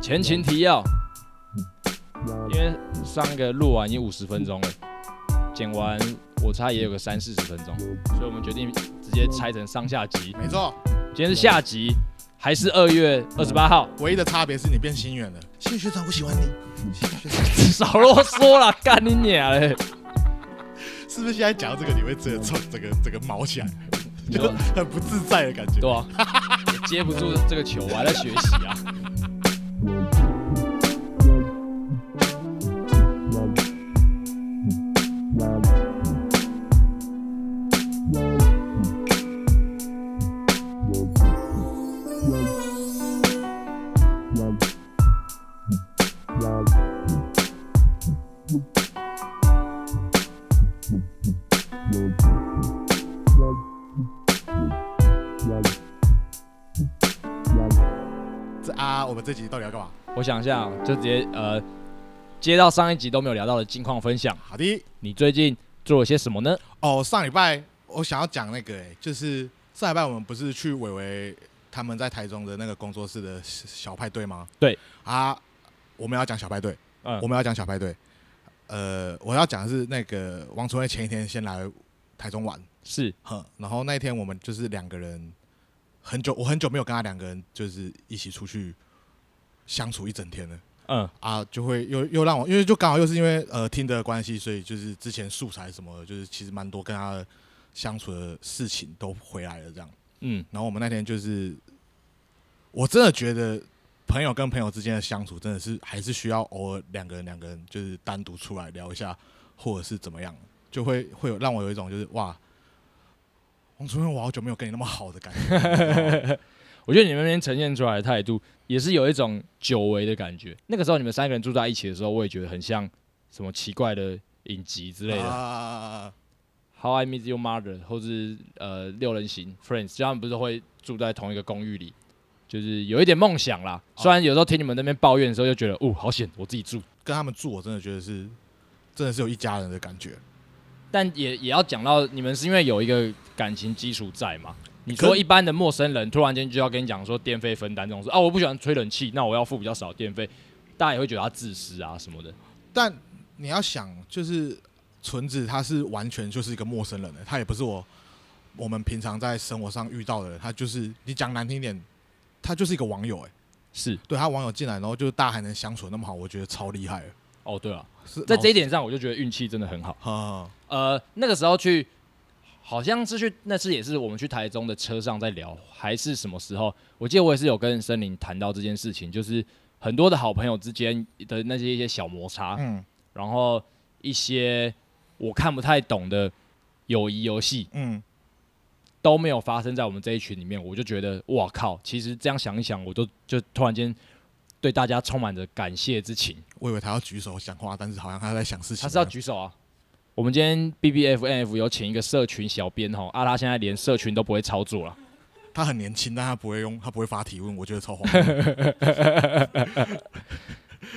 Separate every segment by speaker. Speaker 1: 前情提要，因为上一个录完已经五十分钟了，剪完我猜也有个三四十分钟，所以我们决定直接拆成上下集。
Speaker 2: 没错，
Speaker 1: 今天是下集，还是二月二十八号？
Speaker 2: 唯一的差别是你变心远了。谢学长，我喜欢你。谢学长，
Speaker 1: 少啰嗦啦，干你娘嘞！
Speaker 2: 是不是现在 讲到这个你会整个冲整个整个毛起来，
Speaker 1: 你
Speaker 2: 就
Speaker 1: 说
Speaker 2: 很不自在的感觉？
Speaker 1: 啊对啊， 我接不住这个球，我还在学习啊。
Speaker 2: 这啊，我们这集到底要干嘛？
Speaker 1: 我想一下啊，就直接呃，接到上一集都没有聊到的近况分享，
Speaker 2: 好的，
Speaker 1: 你最近做了些什么呢？
Speaker 2: 哦，上礼拜我想要讲那个、欸，就是上礼拜我们不是去伟伟他们在台中的那个工作室的小小派对吗？
Speaker 1: 对
Speaker 2: 啊，我们要讲小派对，
Speaker 1: 嗯
Speaker 2: 我们要讲小派对。呃，我要讲的是那个王春慧前一天先来台中玩，
Speaker 1: 是
Speaker 2: 哼，然后那一天我们就是两个人，很久我很久没有跟他两个人就是一起出去相处一整天了
Speaker 1: 嗯，
Speaker 2: 啊，就会又又让我，因为就刚好又是因为呃听的关系，所以就是之前素材什么的，就是其实蛮多跟他的相处的事情都回来了这样。
Speaker 1: 嗯，
Speaker 2: 然后我们那天就是，我真的觉得朋友跟朋友之间的相处真的是还是需要偶尔两个人两个人就是单独出来聊一下，或者是怎么样，就会会有让我有一种就是哇，王主任，我好久没有跟你那么好的感觉。
Speaker 1: 我觉得你们那边呈现出来的态度，也是有一种久违的感觉。那个时候你们三个人住在一起的时候，我也觉得很像什么奇怪的影集之类的，
Speaker 2: 啊，
Speaker 1: How I Met Your Mother》或是呃六人行 Friends，就他们不是会住在同一个公寓里，就是有一点梦想啦。
Speaker 2: 哦
Speaker 1: 虽然有时候听你们那边抱怨的时候，就觉得哦好险，我自己住。
Speaker 2: 跟他们住，我真的觉得是真的是有一家人的感觉。
Speaker 1: 但也也要讲到你们是因为有一个感情基础在嘛。你
Speaker 2: 可
Speaker 1: 说一般的陌生人突然间就要跟你讲说电费分担这种事啊，我不喜欢吹冷气，那我要付比较少的电费，大家也会觉得他自私啊什么的。
Speaker 2: 但你要想，就是纯子他是完全就是一个陌生人的，他也不是我我们平常在生活上遇到的人，他就是你讲难听一点，他就是一个网友哎、
Speaker 1: 是
Speaker 2: 对他网友进来，然后就大家还能相处得那么好，我觉得超厉害的。
Speaker 1: 哦，对了，
Speaker 2: 是
Speaker 1: 在这一点上我就觉得运气真的很好。
Speaker 2: 啊，
Speaker 1: 呃，那个时候去，好像是去那次也是我们去台中的车上在聊，还是什么时候？我记得我也是有跟森林谈到这件事情，就是很多的好朋友之间的那些一些小摩擦，
Speaker 2: 嗯
Speaker 1: 然后一些我看不太懂的友谊游戏
Speaker 2: 嗯，
Speaker 1: 都没有发生在我们这一群里面，我就觉得哇靠！其实这样想一想，我都就突然间对大家充满着感谢之情。
Speaker 2: 我以为他要举手讲话，但是好像他在想事情。
Speaker 1: 他是要举手啊。我们今天 B B F N F 有请一个社群小编吼，阿、拉现在连社群都不会操作了。
Speaker 2: 他很年轻，但他不会用，他不会发提问，我觉得 超荒谬。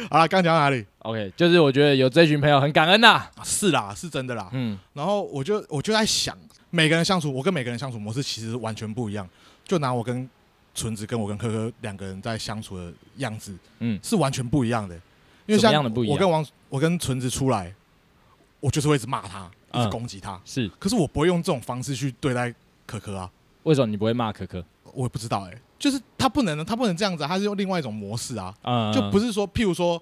Speaker 2: 好了，刚讲到哪里？
Speaker 1: OK，就是我觉得有这群朋友很感恩呐、
Speaker 2: 啊是啦，是真的啦。
Speaker 1: 嗯，
Speaker 2: 然后我就我就在想，每个人相处，我跟每个人相处模式其实完全不一样。就拿我跟纯子跟我跟科科两个人在相处的样子，
Speaker 1: 嗯
Speaker 2: 是完全不一样的。因为
Speaker 1: 怎么
Speaker 2: 像
Speaker 1: 样的不一样
Speaker 2: 我跟王，我跟纯子出来，我就是会一直骂他，一直
Speaker 1: 嗯
Speaker 2: 攻击他。
Speaker 1: 是
Speaker 2: 可是我不会用这种方式去对待可可啊，
Speaker 1: 为什么你不会骂可可？
Speaker 2: 我也不知道哎、就是他不能，他不能这样子、啊，他是用另外一种模式啊。
Speaker 1: 嗯，
Speaker 2: 就不
Speaker 1: 是
Speaker 2: 是说，譬如说，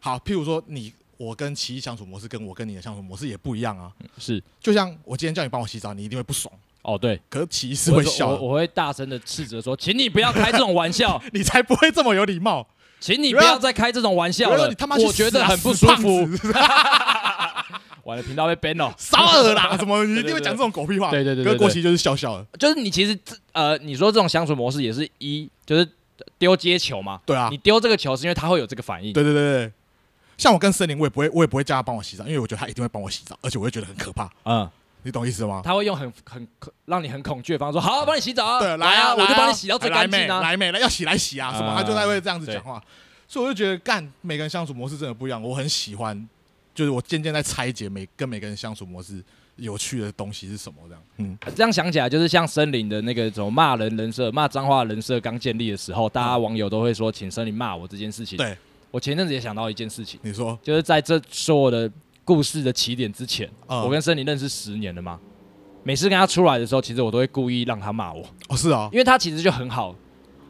Speaker 2: 好，譬如说你我跟奇异相处模式跟我跟你的相处模式也不一样啊。
Speaker 1: 是
Speaker 2: 就像我今天叫你帮我洗澡，你一定会不爽，
Speaker 1: 哦，对，
Speaker 2: 可是奇异是
Speaker 1: 我
Speaker 2: 会
Speaker 1: 说
Speaker 2: 笑的，
Speaker 1: 我我会大声的斥责说，请你不要开这种玩笑，
Speaker 2: 你才不会这么有礼貌。
Speaker 1: 请你不要再开这种玩笑
Speaker 2: 我说
Speaker 1: 了，
Speaker 2: 你他妈去
Speaker 1: 我觉
Speaker 2: 死
Speaker 1: 得
Speaker 2: 啊
Speaker 1: 很不舒服。，我的频道被 ban 了，
Speaker 2: 骚耳 啦，什么你一定会讲这种狗屁话。
Speaker 1: 对对对对
Speaker 2: 可
Speaker 1: 对
Speaker 2: 是过期就是笑笑的，
Speaker 1: 就是你其实这呃，你说这种相处模式也是一就是丢接球嘛，
Speaker 2: 对啊
Speaker 1: 你，丢这个球是因为他会有这个反应，
Speaker 2: 对对对对。像我跟森林，我也不会，我也不会叫他帮我洗澡，因为我觉得他一定会帮我洗澡，而且我会觉得很可怕，
Speaker 1: 嗯。
Speaker 2: 你懂意思吗？
Speaker 1: 他会用很很让你很恐惧的方式说：“好，我帮你洗澡啊，
Speaker 2: 对，
Speaker 1: 来
Speaker 2: 啊，
Speaker 1: 我就
Speaker 2: 来
Speaker 1: 帮你洗到最干净啊。
Speaker 2: 来美，来美来要洗来洗啊，什么
Speaker 1: 啊
Speaker 2: 他就在会这样子讲话，所以我就觉得干每个人相处模式真的不一样，我很喜欢，就是我渐渐在拆解每跟每个人相处模式有趣的东西是什么这样。嗯，
Speaker 1: 这样想起来，就是像森林的那个什么骂人人设、骂脏话人设刚建立的时候，大家网友都会说请森林骂我这件事情。
Speaker 2: 对，
Speaker 1: 我前阵子也想到一件事情，
Speaker 2: 你说
Speaker 1: 就是在这所有的故事的起点之前，
Speaker 2: 嗯
Speaker 1: 我跟森林认识十年了嘛。每次跟他出来的时候，其实我都会故意让他骂我，
Speaker 2: 哦是啊，
Speaker 1: 因为他其实就很好，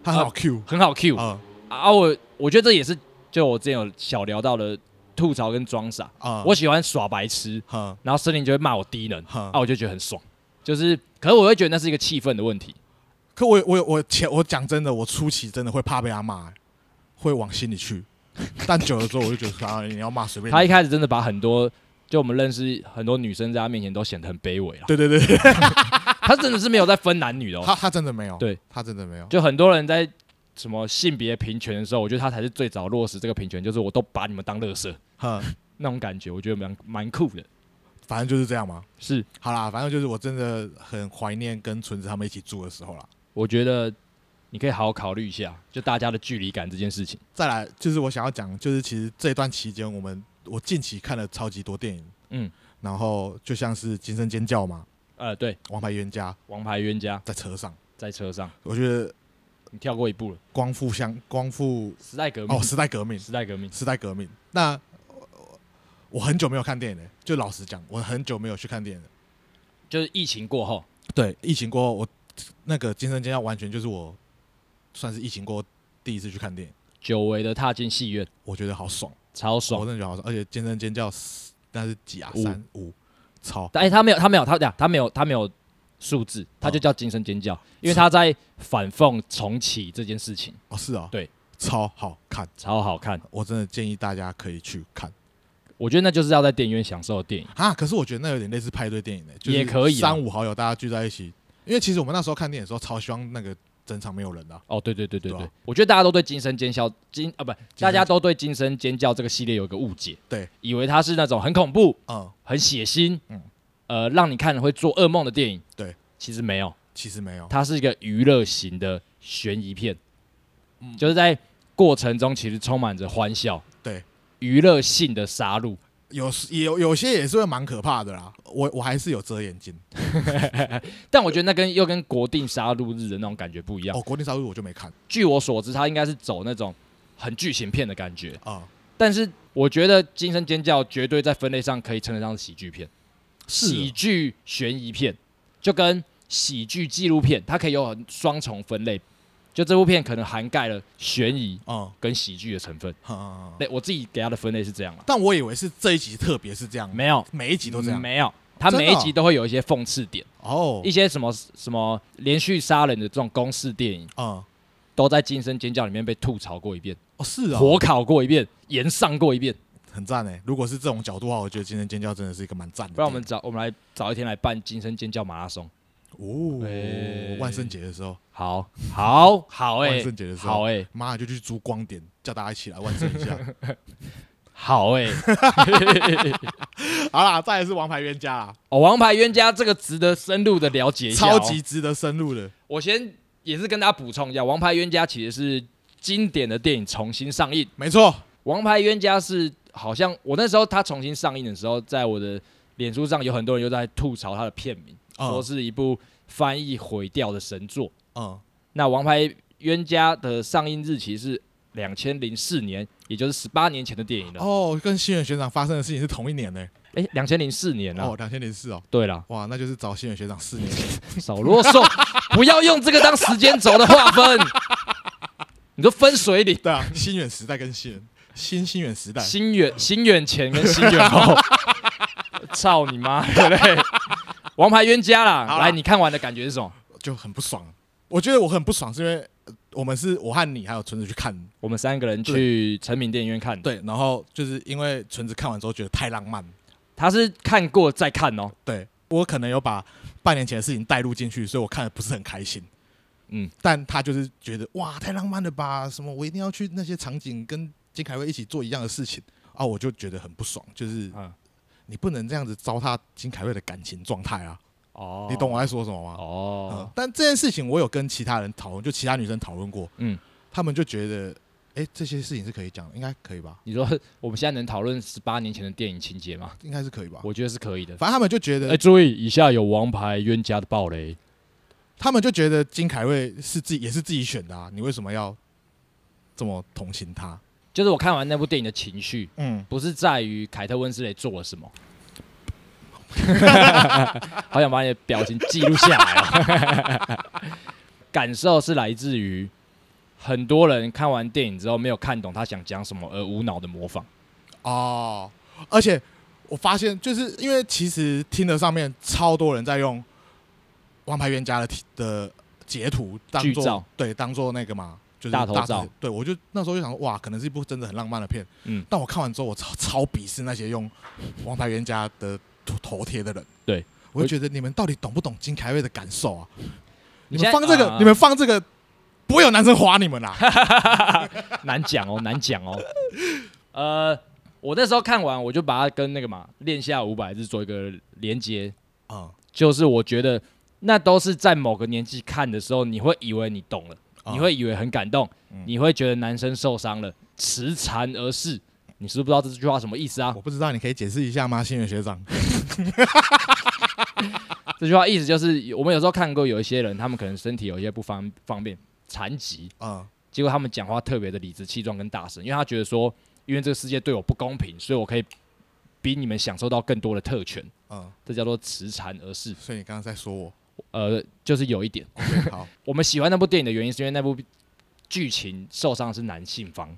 Speaker 2: 他很好 Q
Speaker 1: 很好 Q
Speaker 2: 啊
Speaker 1: 啊。呃我我觉得这也是就我之前有小聊到的吐槽跟装傻，
Speaker 2: 啊，
Speaker 1: 我喜欢耍白痴，
Speaker 2: 哈
Speaker 1: 然后森林就会骂我低能，
Speaker 2: 哈
Speaker 1: 啊，我就觉得很爽。就是，可是我会觉得那是一个气氛的问题。
Speaker 2: 可我我我前我讲真的，我初期真的会怕被他骂，欸会往心里去。但久了之后，我就觉得啊，你要骂随便
Speaker 1: 他一
Speaker 2: 你。
Speaker 1: 开始真的把很多，就我们认识很多女生在他面前都显得很卑微了。
Speaker 2: 对对对，
Speaker 1: 他真的是没有在分男女的、哦，
Speaker 2: 他他真的没有，
Speaker 1: 对
Speaker 2: 他真的没有。
Speaker 1: 就很多人在什么性别平权的时候，我觉得他才是最早落实这个平权，就是我都把你们当垃圾
Speaker 2: 哈，
Speaker 1: 那种感觉，我觉得蛮蛮酷的。
Speaker 2: 反正就是这样嘛。
Speaker 1: 是，
Speaker 2: 好啦，反正就是我真的很怀念跟纯子他们一起住的时候啦。
Speaker 1: 我觉得你可以好好考虑一下，就大家的距离感这件事情。
Speaker 2: 再来就是我想要讲，就是其实这一段期间，我们我近期看了超级多电影，
Speaker 1: 嗯，
Speaker 2: 然后就像是《惊声尖叫》嘛，
Speaker 1: 呃，对，
Speaker 2: 《王牌冤家》
Speaker 1: 王牌冤家
Speaker 2: 在车上，
Speaker 1: 在车上，
Speaker 2: 我觉得
Speaker 1: 你跳过一步了，
Speaker 2: 光复相光复
Speaker 1: 时代革命，
Speaker 2: 哦，时代革命，
Speaker 1: 时代革命，
Speaker 2: 时代革命。那呃我很久没有看电影了，就老实讲，我很久没有去看电影了。
Speaker 1: 就是疫情过后，
Speaker 2: 对，疫情过后，我那个《惊声尖叫》完全就是我算是疫情过后第一次去看电影，
Speaker 1: 久违的踏进戏院，
Speaker 2: 我觉得好爽。
Speaker 1: 超
Speaker 2: 我
Speaker 1: 爽。
Speaker 2: 真的觉得好爽，而且健身尖叫四那是几啊？
Speaker 1: 五
Speaker 2: 三五，超
Speaker 1: 哎、他没有，他没有，他俩他没有，他没有数字，他就叫惊声尖叫，因为他在反讽重启这件事情，
Speaker 2: 哦是哦，
Speaker 1: 对，
Speaker 2: 超好看，
Speaker 1: 超好看。
Speaker 2: 我真的建议大家可以去看
Speaker 1: 我觉得那就是要在电影院享受的电影。
Speaker 2: 啊。可是我觉得那有点类似派对电影的、欸就是
Speaker 1: 也可以啊
Speaker 2: 三五好友大家聚在一起，因为其实我们那时候看电影的时候超希望那个整场没有人的、啊，
Speaker 1: 哦，对对对对
Speaker 2: 对
Speaker 1: 对，
Speaker 2: 啊
Speaker 1: 我觉得大家都对惊声尖叫惊啊不，
Speaker 2: 叫
Speaker 1: 大家都对惊声尖叫这个系列有个误解，
Speaker 2: 对，
Speaker 1: 以为它是那种很恐怖、
Speaker 2: 嗯，
Speaker 1: 很血腥，
Speaker 2: 嗯
Speaker 1: 呃，让你看了会做噩梦的电影。
Speaker 2: 对，哦
Speaker 1: 其实没有，
Speaker 2: 其实没有，
Speaker 1: 它是一个娱乐型的悬疑片，
Speaker 2: 嗯
Speaker 1: 就是在过程中其实充满着欢笑，
Speaker 2: 对，
Speaker 1: 娱乐性的杀戮。
Speaker 2: 有时也有有些也是会蛮可怕的啦。我我还是有遮眼睛
Speaker 1: 但我觉得那跟又跟国定杀戮日的那种感觉不一样。
Speaker 2: 哦，国定杀戮我就没看
Speaker 1: 据我所知，它应该是走那种很剧情片的感觉，
Speaker 2: 啊、
Speaker 1: 但是我觉得《惊声尖叫》绝对在分类上可以称得上是喜剧片，
Speaker 2: 是
Speaker 1: 喜剧悬疑片，就跟喜剧纪录片，它可以有很双重分类。就这部片可能涵盖了悬疑
Speaker 2: 哦，
Speaker 1: 跟喜剧的成分，
Speaker 2: 嗯嗯嗯嗯，
Speaker 1: 那我自己给它的分类是这样了。
Speaker 2: 但我以为是这一集特别是这样，
Speaker 1: 没有，
Speaker 2: 每一集都这样
Speaker 1: 没有，它
Speaker 2: 真的
Speaker 1: 每一
Speaker 2: 哦
Speaker 1: 集都会有一些讽刺点，
Speaker 2: 哦
Speaker 1: 一，些什么什么连续杀人的这种公式电影，
Speaker 2: 嗯
Speaker 1: 都在《惊声尖叫》里面被吐槽过一遍，
Speaker 2: 哦是啊、哦，
Speaker 1: 火烤过一遍，延上过一遍。
Speaker 2: 很赞哎！如果是这种角度的话，我觉得今天尖叫真的是一个蛮赞的电影。
Speaker 1: 不然我们找我们来找一天来办《惊声尖叫》马拉松。
Speaker 2: 哦，
Speaker 1: 哎
Speaker 2: 万圣节的时候，
Speaker 1: 好，好，好、欸，
Speaker 2: 万圣节的时候
Speaker 1: 好、欸，
Speaker 2: 妈的就去租光点，叫大家一起来万圣一 下。
Speaker 1: 好、欸，
Speaker 2: 好啦，再来是王牌冤家啦，
Speaker 1: 哦，《王牌冤家》这个值得深入的了解一下、哦
Speaker 2: 超级，值得深入的。
Speaker 1: 我先也是跟大家补充一下，《王牌冤家》其实是经典的电影重新上映，《
Speaker 2: 没错，
Speaker 1: 王牌冤家》是好像我那时候它重新上映的时候，在我的脸书上有很多人又在吐槽它的片名，
Speaker 2: 嗯
Speaker 1: 说是一部翻译毁掉的神作。
Speaker 2: 嗯，
Speaker 1: 那《王牌冤家》的上映日期是两千零四年，也就是十八年前的电影了。
Speaker 2: 哦，跟新远学长发生的事情是同一年呢、
Speaker 1: 哎、2两千零四年了。
Speaker 2: 哦，两千零四哦，
Speaker 1: 对了，
Speaker 2: 哇，那就是找新远学长四年 前。
Speaker 1: 少啰嗦， 不要用这个当时间轴的划分。 你说分水岭，
Speaker 2: 对啊，新远时代跟新远新新远时代，
Speaker 1: 心远心远前跟心远后， 操你妈的嘞！王牌冤家啦，
Speaker 2: 好啦
Speaker 1: 来，你看完的感觉是什么？
Speaker 2: 就很不爽。我觉得我很不爽，是因为呃我们是我和你还有纯子去看
Speaker 1: 我们三个人去成品电影院看的，
Speaker 2: 对，然后就是因为纯子看完之后觉得太浪漫，
Speaker 1: 他是看过再看哦。
Speaker 2: 对我可能有把半年前的事情带入进去，所以我看的不是很开心。
Speaker 1: 嗯，
Speaker 2: 但他就是觉得哇，太浪漫了吧？什么我一定要去那些场景跟金凯威一起做一样的事情啊，我就觉得很不爽，就是
Speaker 1: 嗯，
Speaker 2: 你不能这样子糟蹋金凯威的感情状态啊！
Speaker 1: 哦
Speaker 2: 你懂我在说什么吗？嗯
Speaker 1: 哦，
Speaker 2: 但这件事情我有跟其他人讨论，就其他女生讨论过，
Speaker 1: 嗯
Speaker 2: 嗯，他们就觉得哎、这些事情是可以讲的，应该可以吧？
Speaker 1: 你说我们现在能讨论十八年前的电影情节吗？
Speaker 2: 应该是可以吧？
Speaker 1: 我觉得是可以的。
Speaker 2: 啊反正他们就觉
Speaker 1: 哎、
Speaker 2: 得，
Speaker 1: 注意，以下有王牌冤家的暴雷。
Speaker 2: 他们就觉得金凯瑞是自己也是自己选的啊，你为什么要这么同情他？
Speaker 1: 就是我看完那部电影的情绪，
Speaker 2: 嗯，
Speaker 1: 不是在于凯特温斯雷做了什么。 好想把你的表情记录下来啊！ 感受是来自于很多人看完电影之后没有看懂他想讲什么而无脑的模仿。
Speaker 2: 哦，而且我发现，就是因为其实听的上面超多人在用《王牌冤家的》的截图当
Speaker 1: 剧照
Speaker 2: 做对当做那个嘛，就是
Speaker 1: 大头照
Speaker 2: 头对我就那时候就想说，哇，可能是一部真的很浪漫的片。
Speaker 1: 嗯
Speaker 2: 但我看完之后，我超超鄙视那些用《王牌冤家》的头头贴的人。
Speaker 1: 对。
Speaker 2: 我就觉得你们到底懂不懂金凯瑞的感受啊？你呃
Speaker 1: 现
Speaker 2: 们
Speaker 1: 在
Speaker 2: 放这个，
Speaker 1: 啊
Speaker 2: 你们放这个，不会有男生划你们 啦。
Speaker 1: 难讲哦，难讲哦。呃，我那时候看完，我就把它跟那个嘛《恋下五百日》做一个连接，
Speaker 2: 啊，
Speaker 1: 就是我觉得那都是在某个年纪看的时候，你会以为你懂了，
Speaker 2: 啊
Speaker 1: 你会以为很感动，
Speaker 2: 嗯
Speaker 1: 你会觉得男生受伤了，持残而逝。你是不是不知道这句话什么意思啊
Speaker 2: 我？不知道，你可以解释一下吗，新元学长？
Speaker 1: 这句话意思就是，我们有时候看过有一些人，他们可能身体有一些不方方便，残疾，
Speaker 2: 啊
Speaker 1: 结果他们讲话特别的理直气壮跟大声，因为他觉得说，因为这个世界对我不公平，所以我可以比你们享受到更多的特权，
Speaker 2: 啊，
Speaker 1: 这叫做持残而逝。
Speaker 2: 所以你刚刚在 说我。
Speaker 1: 呃，就是有一点，
Speaker 2: OK，好，
Speaker 1: 我们喜欢那部电影的原因是因为那部剧情受伤的是男性方，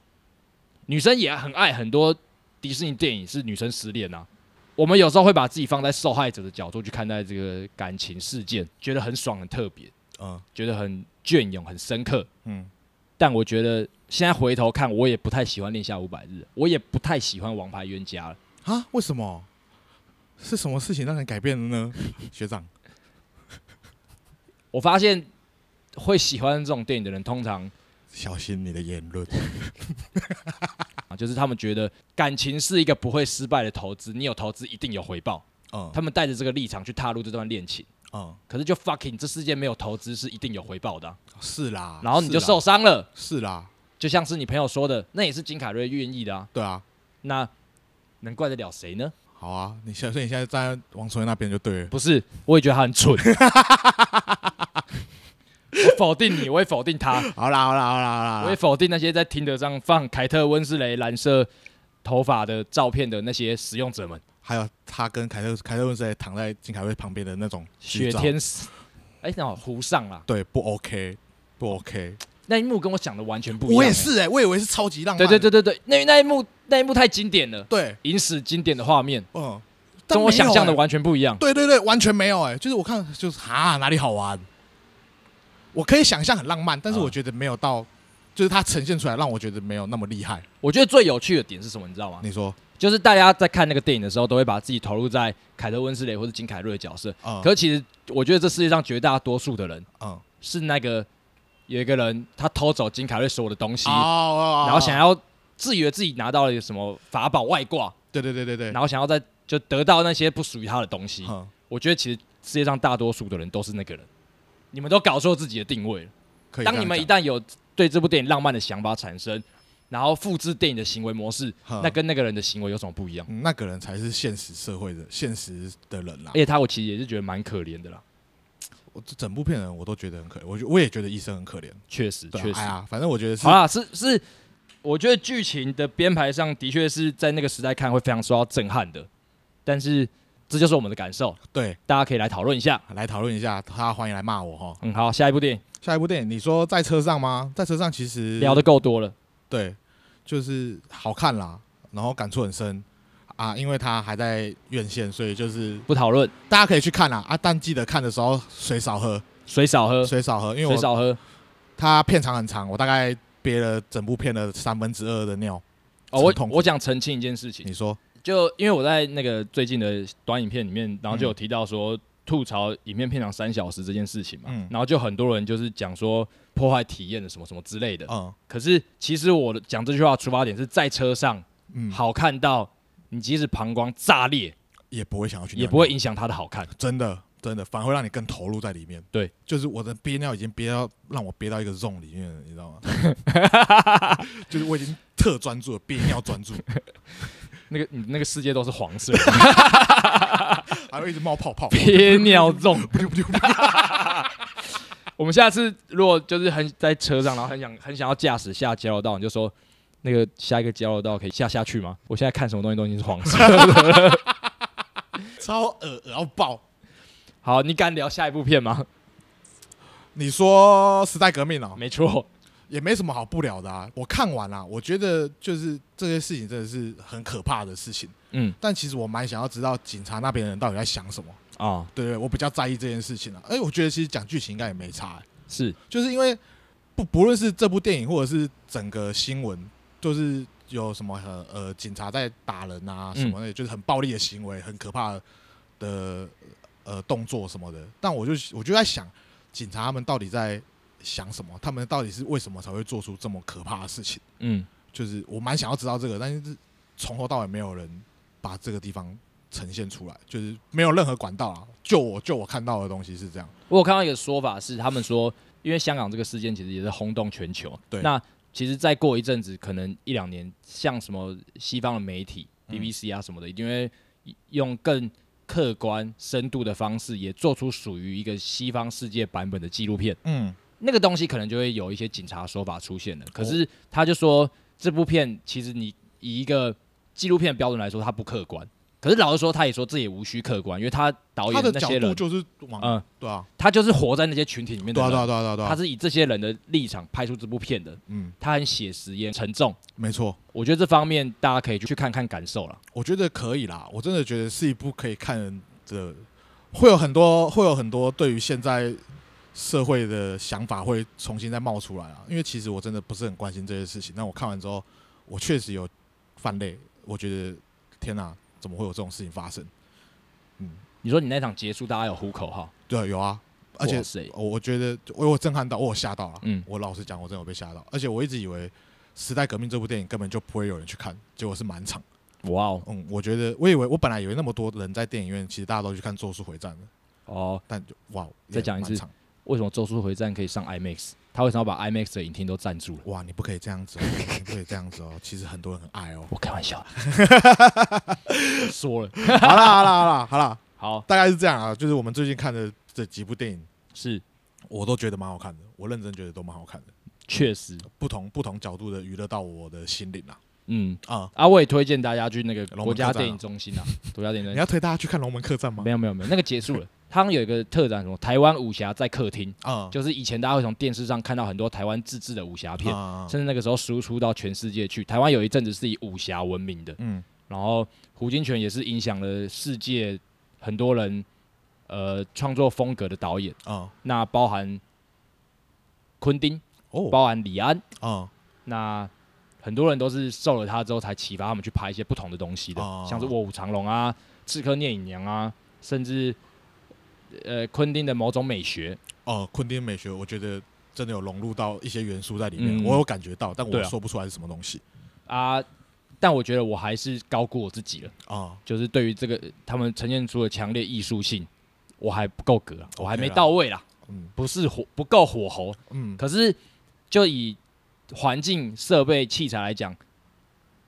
Speaker 1: 女生也很爱很多迪士尼电影是女生失恋啊。我们有时候会把自己放在受害者的角度去看待这个感情事件，觉得很爽、很特别，
Speaker 2: 嗯
Speaker 1: 觉得很隽永、很深刻。
Speaker 2: 嗯，
Speaker 1: 但我觉得现在回头看，我也不太喜欢《恋下五百日》，我也不太喜欢《王牌冤家》了。
Speaker 2: 啊，为什么？是什么事情让人改变了呢？ 学长，
Speaker 1: 我发现会喜欢这种电影的人，通常
Speaker 2: 小心你的言论。
Speaker 1: 啊，就是他们觉得感情是一个不会失败的投资，你有投资一定有回报。
Speaker 2: 嗯
Speaker 1: 他们带着这个立场去踏入这段恋情，
Speaker 2: 嗯，
Speaker 1: 可是就 fucking 这世界没有投资是一定有回报的啊、
Speaker 2: 是啊啦。
Speaker 1: 然后你就是
Speaker 2: 啦
Speaker 1: 受伤了，
Speaker 2: 是啦，
Speaker 1: 就像是你朋友说的，那也是金凯瑞愿意的啊，
Speaker 2: 对啊，
Speaker 1: 那能怪得了谁呢？
Speaker 2: 好啊，你现所以你现在站在王春那边就对了。
Speaker 1: 不是，我也觉得他很蠢。我否定你，我也否定他，
Speaker 2: 好啦好啦好啦好
Speaker 1: 我也
Speaker 2: 啦，
Speaker 1: 否定那些在听得上放凯特温斯雷蓝色头发的照片的那些使用者们，
Speaker 2: 还有他跟凯特凯特温斯莱躺在金凯瑞旁边的那种
Speaker 1: 雪
Speaker 2: 剧照，
Speaker 1: 天使，哎、那好湖上啦，
Speaker 2: 对不 OK 不 OK，
Speaker 1: 那一幕跟我欸想的完全不一样、
Speaker 2: 我也是哎、我以为是超级浪
Speaker 1: 哎，对
Speaker 2: 漫。
Speaker 1: 对对对对，那那一幕那一幕太经典了。
Speaker 2: 对，
Speaker 1: 影史经典的画面，
Speaker 2: 嗯，但
Speaker 1: 跟我
Speaker 2: 没有
Speaker 1: 想象的
Speaker 2: 欸
Speaker 1: 完全不一样。
Speaker 2: 对对对，完全没有哎、就是我看就是啊哪里好玩，我可以想象很浪漫，但是
Speaker 1: 嗯
Speaker 2: 我觉得没有到，就是它呈现出来让我觉得没有那么厉害。
Speaker 1: 我觉得最有趣的点是什么，你知道吗？
Speaker 2: 你说
Speaker 1: 就是大家在看那个电影的时候，都会把自己投入在凯特温斯雷或者金凯瑞的角色。
Speaker 2: 啊，
Speaker 1: 可其实，我觉得这世界上绝大多数的人
Speaker 2: 嗯，
Speaker 1: 是那个有一个人他偷走金凯瑞所有的东西，
Speaker 2: 哦
Speaker 1: 然后想要自以为自己拿到了一个什么法宝外挂，
Speaker 2: 对对对对对，
Speaker 1: 然后想要再就得到那些不属于他的东西。
Speaker 2: 嗯，
Speaker 1: 我觉得其实世界上大多数的人都是那个人，你们都搞错自己的定位了。
Speaker 2: 可以这样讲。
Speaker 1: 当你们一旦有对这部电影浪漫的想法产生，然后复制电影的行为模式，
Speaker 2: 哼
Speaker 1: 那跟那个人的行为有什么不一样？
Speaker 2: 嗯那个人才是现实社会的现实的人啦
Speaker 1: 而。且他我其实也是觉得蛮可怜的啦，
Speaker 2: 我这整部片人我都觉得很可怜，我觉我也觉得医生很可怜。
Speaker 1: 确实
Speaker 2: 对
Speaker 1: 确
Speaker 2: 啊，哎
Speaker 1: 实。
Speaker 2: 呀，反正我觉得是
Speaker 1: 好啦，是是，我觉得剧情的编排上的确是在那个时代看会非常受到震撼的，但是这就是我们的感受，
Speaker 2: 对。
Speaker 1: 大家可以来讨论一下。
Speaker 2: 来讨论一下，他欢迎来骂我哈。
Speaker 1: 嗯，好，下一部电影
Speaker 2: 下一部电影，你说在车上吗？在车上其实
Speaker 1: 聊得够多了，
Speaker 2: 对，就是好看啦，然后感触很深啊，因为它还在院线，所以就是
Speaker 1: 不讨论，
Speaker 2: 大家可以去看啦啊，但记得看的时候水少喝，
Speaker 1: 水少喝，
Speaker 2: 水少喝，因为
Speaker 1: 水
Speaker 2: 我
Speaker 1: 少喝。
Speaker 2: 它片长很长，我大概憋了整部片的三分之二的尿。
Speaker 1: 哦，我
Speaker 2: 很痛苦
Speaker 1: 我想澄清一件事情，
Speaker 2: 你说
Speaker 1: 就因为我在那个最近的短影片里面，然后就有提到说吐槽影片片长三小时这件事情嘛，
Speaker 2: 嗯
Speaker 1: 然后就很多人就是讲说破坏体验的什么什么之类的。
Speaker 2: 嗯
Speaker 1: 可是其实我的讲这句话的出发点是在车上
Speaker 2: 嗯，
Speaker 1: 好看到你即使膀胱炸裂，
Speaker 2: 也不会想要去尿尿，
Speaker 1: 也不会影响它的好看。
Speaker 2: 真的真的反而会让你更投入在里面。
Speaker 1: 对，
Speaker 2: 就是我的憋尿已经憋到让我憋到一个 zone 里面了，你知道吗？ 就是我已经特专注了，憋尿专注，
Speaker 1: 那个你那个世界都是黄色，
Speaker 2: 还会一直冒泡泡。
Speaker 1: 憋尿中。 我们下次如果就是很在车上，然后很想很想要驾驶下交流道，你就说那个下一个交流道可以下下去吗？我现在看什么东西都已经是黄色。
Speaker 2: 超恶恶到爆！
Speaker 1: 好，你敢聊下一部片吗？
Speaker 2: 你说时代革命哦，
Speaker 1: 没错，
Speaker 2: 也没什么好不了的啊。我看完了、我觉得就是这些事情真的是很可怕的事情。
Speaker 1: 嗯
Speaker 2: 但其实我蛮想要知道警察那边的人到底在想什么。
Speaker 1: 啊、
Speaker 2: 对对，我比较在意这件事情啊。哎，我觉得其实讲剧情应该也没差、啊
Speaker 1: 是
Speaker 2: 就是因为不不论是这部电影或者是整个新闻，就是有什么呃呃警察在打人啊
Speaker 1: 嗯
Speaker 2: 什么的，就是很暴力的行为，很可怕的呃动作什么的。但我就我就在想，警察他们到底在想什么？他们到底是为什么才会做出这么可怕的事情？
Speaker 1: 嗯
Speaker 2: 就是我蛮想要知道这个，但是从头到尾没有人把这个地方呈现出来，就是没有任何管道啊。就我就我看到的东西是这样，
Speaker 1: 我有看到一个说法是，他们说，因为香港这个事件其实也是轰动全球。
Speaker 2: 对
Speaker 1: 那其实再过一阵子，可能一两年，像什么西方的媒体、
Speaker 2: 嗯
Speaker 1: BBC 啊什么的，一定会用更客观、深度的方式，也做出属于一个西方世界版本的纪录片。
Speaker 2: 嗯，
Speaker 1: 那个东西可能就会有一些警察说法出
Speaker 2: 哦
Speaker 1: 现了。可是他就说，这部片其实你以一个纪录片的标准来说，它不客观。可是老实说，他也说这也无需客观，因为他导
Speaker 2: 他
Speaker 1: 演
Speaker 2: 的
Speaker 1: 那
Speaker 2: 角
Speaker 1: 些
Speaker 2: 度
Speaker 1: 人，
Speaker 2: 就是往、
Speaker 1: 嗯，
Speaker 2: 对啊。
Speaker 1: 他就是活在那些群体里面的
Speaker 2: 对啊，
Speaker 1: 人，
Speaker 2: 对啊，对啊，对啊，对啊
Speaker 1: 他是以这些人的立场拍出这部片的，
Speaker 2: 嗯，
Speaker 1: 他很写实也沉重。
Speaker 2: 没错，
Speaker 1: 我觉得这方面大家可以去看看感受了。
Speaker 2: 我觉得可以啦，我真的觉得是一部可以看的，会有很多会有很多对于现在社会的想法会重新再冒出来啊。因为其实我真的不是很关心这些事情，但我看完之后，我确实有犯累，我觉得天哪、怎么会有这种事情发生？
Speaker 1: 你说你那场结束，大家有呼口号，
Speaker 2: 对，有啊，而且
Speaker 1: 哇塞
Speaker 2: 我我觉得我有震撼到，我有吓到了。
Speaker 1: 嗯
Speaker 2: 我老实讲，我真的有被吓到，而且我一直以为《时代革命》这部电影根本就不会有人去看，结果是满场。
Speaker 1: 哇哦
Speaker 2: 嗯，我觉得我以为我本来以为那么多人在电影院，其实大家都去看《咒术回战》了，
Speaker 1: 哦，
Speaker 2: 但就哇，
Speaker 1: 再讲一次
Speaker 2: 也蛮长
Speaker 1: 为什么《咒术回战》可以上 IMAX？他为什么要把 IMAX 的影厅都占住了？。
Speaker 2: 哇，你不可以这样子、哦，你不可以这样子哦。其实很多人很爱哦
Speaker 1: 我开玩 笑，说了
Speaker 2: 好啦好啦好啦好啦，
Speaker 1: 好
Speaker 2: 大概是这样啊，就是我们最近看的这几部电影，
Speaker 1: 是
Speaker 2: 我都觉得蛮好看的，我认真觉得都蛮好看的，
Speaker 1: 确实，
Speaker 2: 不同不同角度的娱乐到我的心灵啊
Speaker 1: 嗯
Speaker 2: 啊！
Speaker 1: 啊，我也推荐大家去那个
Speaker 2: 龙门
Speaker 1: 国家
Speaker 2: 客栈啊
Speaker 1: 电影中 心啊，国家电影
Speaker 2: 你
Speaker 1: 中
Speaker 2: 要推大家去看《龙门客栈》吗
Speaker 1: 心没？有没有没有，那个结束了。他们有一个特展，什么台湾武侠在客厅，
Speaker 2: 啊，
Speaker 1: 就是以前大家会从电视上看到很多台湾自制的武侠片，
Speaker 2: 啊
Speaker 1: 甚至那个时候输出到全世界去。台湾有一阵子是以武侠闻名的，
Speaker 2: 嗯
Speaker 1: 然后胡金铨也是影响了世界很多人呃创作风格的导演，
Speaker 2: 啊
Speaker 1: 那包含昆汀，
Speaker 2: 哦
Speaker 1: 包含李安，
Speaker 2: 啊
Speaker 1: 那很多人都是受了他之后才启发他们去拍一些不同的东西的，
Speaker 2: 哦
Speaker 1: 像是《卧虎藏龙》啊，《刺客聂隐娘》啊，甚至呃昆汀的某种美学，
Speaker 2: 哦，昆汀美学，我觉得真的有融入到一些元素在里面，
Speaker 1: 嗯
Speaker 2: 我有感觉到，但
Speaker 1: 对
Speaker 2: 我
Speaker 1: 啊
Speaker 2: 说不出来是什么东西
Speaker 1: 啊，但我觉得我还是高估我自己了，
Speaker 2: 啊。
Speaker 1: 就是对于这个他们呈现出的强烈艺术性，我还不够格啊，我还
Speaker 2: OK
Speaker 1: 没
Speaker 2: 啦
Speaker 1: 到位啦，
Speaker 2: 嗯
Speaker 1: 不是火不够火候。
Speaker 2: 嗯，
Speaker 1: 可是就以环境、设备、器材来讲，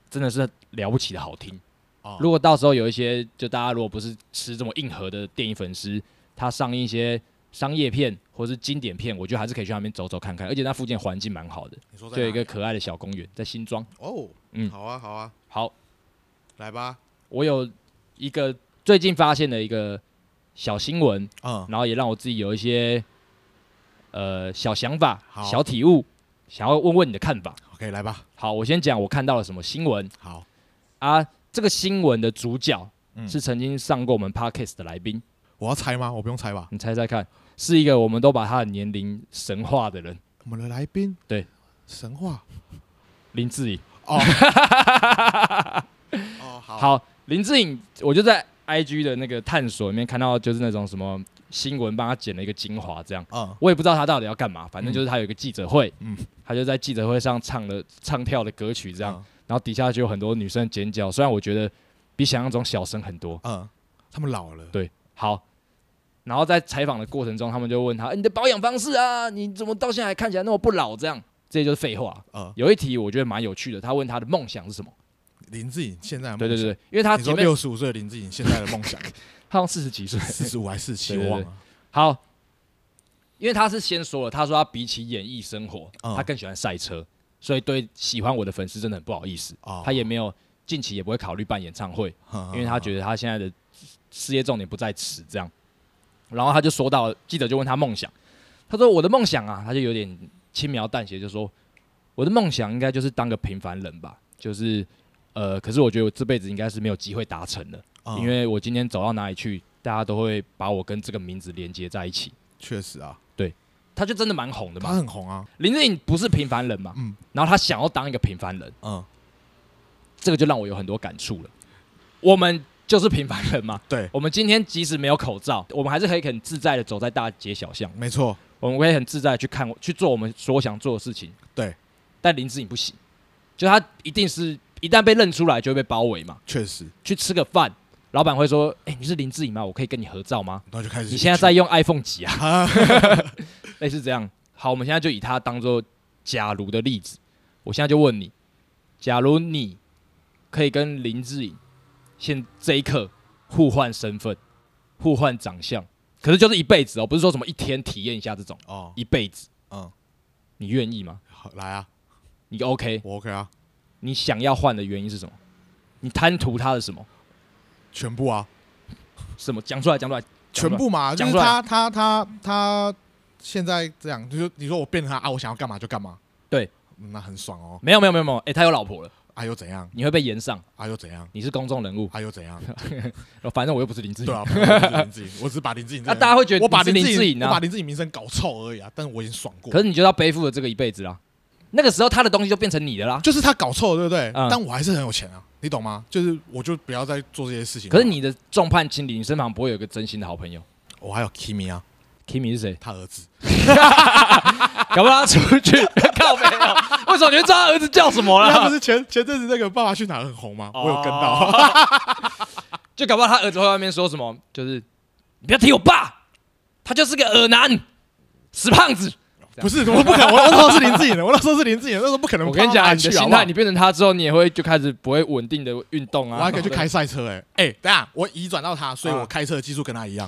Speaker 1: 真的是了不起的好听。
Speaker 2: 啊
Speaker 1: 如果到时候有一些，就大家如果不是吃这么硬核的电影粉丝，他上映一些商业片或是经典片，我觉得还是可以去那边走走看看，而且那附近环境蛮好的，
Speaker 2: 你说在
Speaker 1: 就有一
Speaker 2: 哪
Speaker 1: 个
Speaker 2: 里
Speaker 1: 可爱的小公园，在新庄。
Speaker 2: 哦，
Speaker 1: 嗯
Speaker 2: 好啊，好啊，
Speaker 1: 好，
Speaker 2: 来吧，
Speaker 1: 我有一个最近发现的一个小新闻，
Speaker 2: 嗯，
Speaker 1: 然后也让我自己有一些呃小想法、
Speaker 2: 好
Speaker 1: 小体悟，想要问问你的看法。
Speaker 2: OK，来吧，
Speaker 1: 好，我先讲我看到了什么新闻
Speaker 2: 好，
Speaker 1: 啊？这个新闻的主角
Speaker 2: 嗯
Speaker 1: 是曾经上过我们 podcast 的来宾，
Speaker 2: 我要猜吗？我不用猜吧。
Speaker 1: 你猜猜看，是一个我们都把他的年龄神化的人，
Speaker 2: 我们的来宾，
Speaker 1: 对，
Speaker 2: 神话，
Speaker 1: 林志颖。
Speaker 2: 哦，哦，好，
Speaker 1: 好，林志颖，我就在 IG 的那个探索里面看到，就是那种什么新闻帮他剪了一个精华，这样
Speaker 2: 嗯，
Speaker 1: 我也不知道他到底要干嘛，反正就是他有一个记者会，
Speaker 2: 嗯
Speaker 1: 他就在记者会上唱了唱跳的歌曲这样，然后底下就有很多女生尖叫，虽然我觉得比想象中小声很多。
Speaker 2: 嗯，嗯，他们老了，
Speaker 1: 对，好，然后在采访的过程中，他们就问他、哎你的保养方式啊，你怎么到现在还看起来那么不老？这样，这些就是废话。
Speaker 2: 呃，
Speaker 1: 有一题我觉得蛮有趣的，他问他的梦想是什么？
Speaker 2: 林志颖现在的
Speaker 1: 对对
Speaker 2: 梦想，
Speaker 1: 对，因为他
Speaker 2: 你
Speaker 1: 前
Speaker 2: 说
Speaker 1: 面
Speaker 2: 六十五岁的林志颖现在的 梦想，
Speaker 1: 他好像四十几岁，
Speaker 2: 四十五还是啊七，
Speaker 1: 对对
Speaker 2: 我
Speaker 1: 对
Speaker 2: 忘了。
Speaker 1: 好，因为他是先说了，他说他比起演艺生活，
Speaker 2: 嗯
Speaker 1: 他更喜欢赛车，所以对喜欢我的粉丝真的很不好意思。
Speaker 2: 哦
Speaker 1: 他也没有近期也不会考虑办演唱会，
Speaker 2: 嗯
Speaker 1: 因为他觉得他现在的事业重点不在此这样。然后他就说到，记者就问他梦想，他说我的梦想啊，他就有点轻描淡写就说我的梦想应该就是当个平凡人吧，就是呃，可是我觉得我这辈子应该是没有机会达成的。
Speaker 2: 嗯
Speaker 1: 因为我今天走到哪里去，大家都会把我跟这个名字连接在一起。
Speaker 2: 确实啊，
Speaker 1: 他就真的蛮红的
Speaker 2: 他
Speaker 1: 嘛。
Speaker 2: 很红啊，
Speaker 1: 林志颖不是平凡人嘛，
Speaker 2: 嗯
Speaker 1: 然后他想要当一个平凡人，
Speaker 2: 嗯，
Speaker 1: 这个就让我有很多感触了。我们就是平凡人嘛，
Speaker 2: 对，
Speaker 1: 我们今天即使没有口罩，我们还是可以很自在的走在大街小巷，
Speaker 2: 没错，
Speaker 1: 我们可以很自在的去看去做我们所想做的事情。
Speaker 2: 对，
Speaker 1: 但林志颖不行，就他一定是一旦被认出来就会被包围嘛。
Speaker 2: 确实，
Speaker 1: 去吃个饭，老板会说：“哎、你是林志颖吗？我可以跟你合照吗？
Speaker 2: 然后就开始。
Speaker 1: 你现在在用 iPhone 几啊？” 类似这样。好，我们现在就以它当做假如的例子，我现在就问你：假如你可以跟林志颖现这一刻互换身份、互换长相，可是就是一辈子哦，不是说什么一天体验一下这种，
Speaker 2: 哦，
Speaker 1: 一辈子，
Speaker 2: 嗯，
Speaker 1: 你愿意吗？
Speaker 2: 好来啊，
Speaker 1: 你 OK？
Speaker 2: 我 OK 啊，
Speaker 1: 你想要换的原因是什么？你贪图他的什么？
Speaker 2: 全部啊，
Speaker 1: 什么？讲出来，讲出来，
Speaker 2: 全部嘛，就
Speaker 1: 讲
Speaker 2: 是
Speaker 1: 出来
Speaker 2: 他他他他现在这样，就是你说我变成他啊，我想要干嘛就干嘛，
Speaker 1: 对
Speaker 2: 嗯，那很爽哦，
Speaker 1: 没有，没有，没有，没有。哎、他有老婆了，
Speaker 2: 啊又怎样，
Speaker 1: 你会被延上，
Speaker 2: 啊又怎样，
Speaker 1: 你是公众人物，
Speaker 2: 啊又 怎样，
Speaker 1: 反正我又不是林志颖
Speaker 2: 对。啊，反正我就是林志颖，我只是把林志颖这
Speaker 1: 那、
Speaker 2: 个，
Speaker 1: 啊大家会觉得
Speaker 2: 我把
Speaker 1: 你是
Speaker 2: 林
Speaker 1: 志
Speaker 2: 颖，
Speaker 1: 颖啊，
Speaker 2: 我把林志颖名声搞臭而已啊，但是我已经爽过
Speaker 1: 可，是你就要背负了这个一辈子啦。那个时候他的东西就变成你的啦。
Speaker 2: 就是他搞臭了，对不对
Speaker 1: 嗯？
Speaker 2: 但我还是很有钱啊，你懂吗？就是我就不要再做这些事情。
Speaker 1: 可是，你的众叛亲离，你身旁不会有一个真心的好朋友。
Speaker 2: 我还有 Kimi 啊，
Speaker 1: Kimi 是 谁？
Speaker 2: 他儿子，
Speaker 1: 搞不好他出去 靠背哦。为什么你会知道他儿子叫什么
Speaker 2: 他
Speaker 1: 啦
Speaker 2: 不？是前前阵子那个《爸爸去哪儿》很红吗？
Speaker 1: 哦
Speaker 2: 我有跟到，
Speaker 1: 就搞不好他儿子会在外面说什么，就是你不要提我爸，他就是个耳男，死胖子。
Speaker 2: 不是，我不可能，我那时候是林志颖的，我那时候是林志颖的，那时候不可能
Speaker 1: 我
Speaker 2: 跑到
Speaker 1: 跟你
Speaker 2: 哪
Speaker 1: 讲，
Speaker 2: 里
Speaker 1: 你
Speaker 2: 啊去。
Speaker 1: 的心
Speaker 2: 好不好
Speaker 1: 态，你变成他之后，你也会就开始不会稳定的运动啊。
Speaker 2: 我还可以去开赛车，
Speaker 1: 欸
Speaker 2: 哎 哎，等一下我移转到他，所以我
Speaker 1: 嗯
Speaker 2: 开车的技术跟他一样，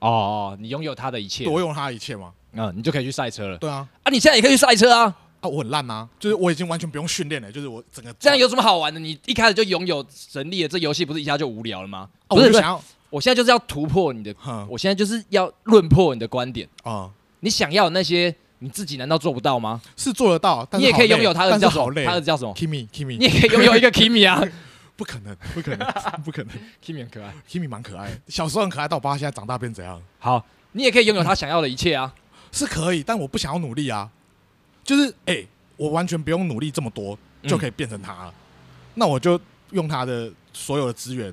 Speaker 1: 哦哦，你拥有他的一切
Speaker 2: 对，我用他的一切嘛。
Speaker 1: 嗯，你就可以去赛车了。
Speaker 2: 对啊，
Speaker 1: 啊，你现在也可以去赛车啊。
Speaker 2: 啊，我很烂啊，就是我已经完全不用训练了，就是我整个啊
Speaker 1: 这样有什么好玩的？你一开始就拥有神力了，这游戏不是一下就无聊了吗？
Speaker 2: 啊
Speaker 1: 不
Speaker 2: 我
Speaker 1: 是，
Speaker 2: 就
Speaker 1: 不
Speaker 2: 想
Speaker 1: 是，
Speaker 2: 要，
Speaker 1: 我现在就是要突破你的，
Speaker 2: 哼
Speaker 1: 我现在就是要论破你的观点。
Speaker 2: 啊，
Speaker 1: 你想要的那些，你自己难道做不到吗？
Speaker 2: 是做得到，但
Speaker 1: 你
Speaker 2: 是
Speaker 1: 也可以
Speaker 2: 好累
Speaker 1: 拥有他的
Speaker 2: 但是
Speaker 1: 叫什
Speaker 2: 好
Speaker 1: 么？
Speaker 2: 累
Speaker 1: 他的叫什么？
Speaker 2: ，Kimi Kimi，
Speaker 1: 你也可以拥有一个 Kimi 啊
Speaker 2: 不可能，不可能， 不可能。
Speaker 1: ，Kimi 很可爱。
Speaker 2: Kimi 蛮可爱的，小时候很可爱，到我爸现在长大变怎样？
Speaker 1: 好，你也可以拥有他想要的一切啊。
Speaker 2: 是可以，但我不想要努力啊。就是哎、欸我完全不用努力这么多
Speaker 1: 嗯
Speaker 2: 就可以变成他了。那我就用他的所有的资源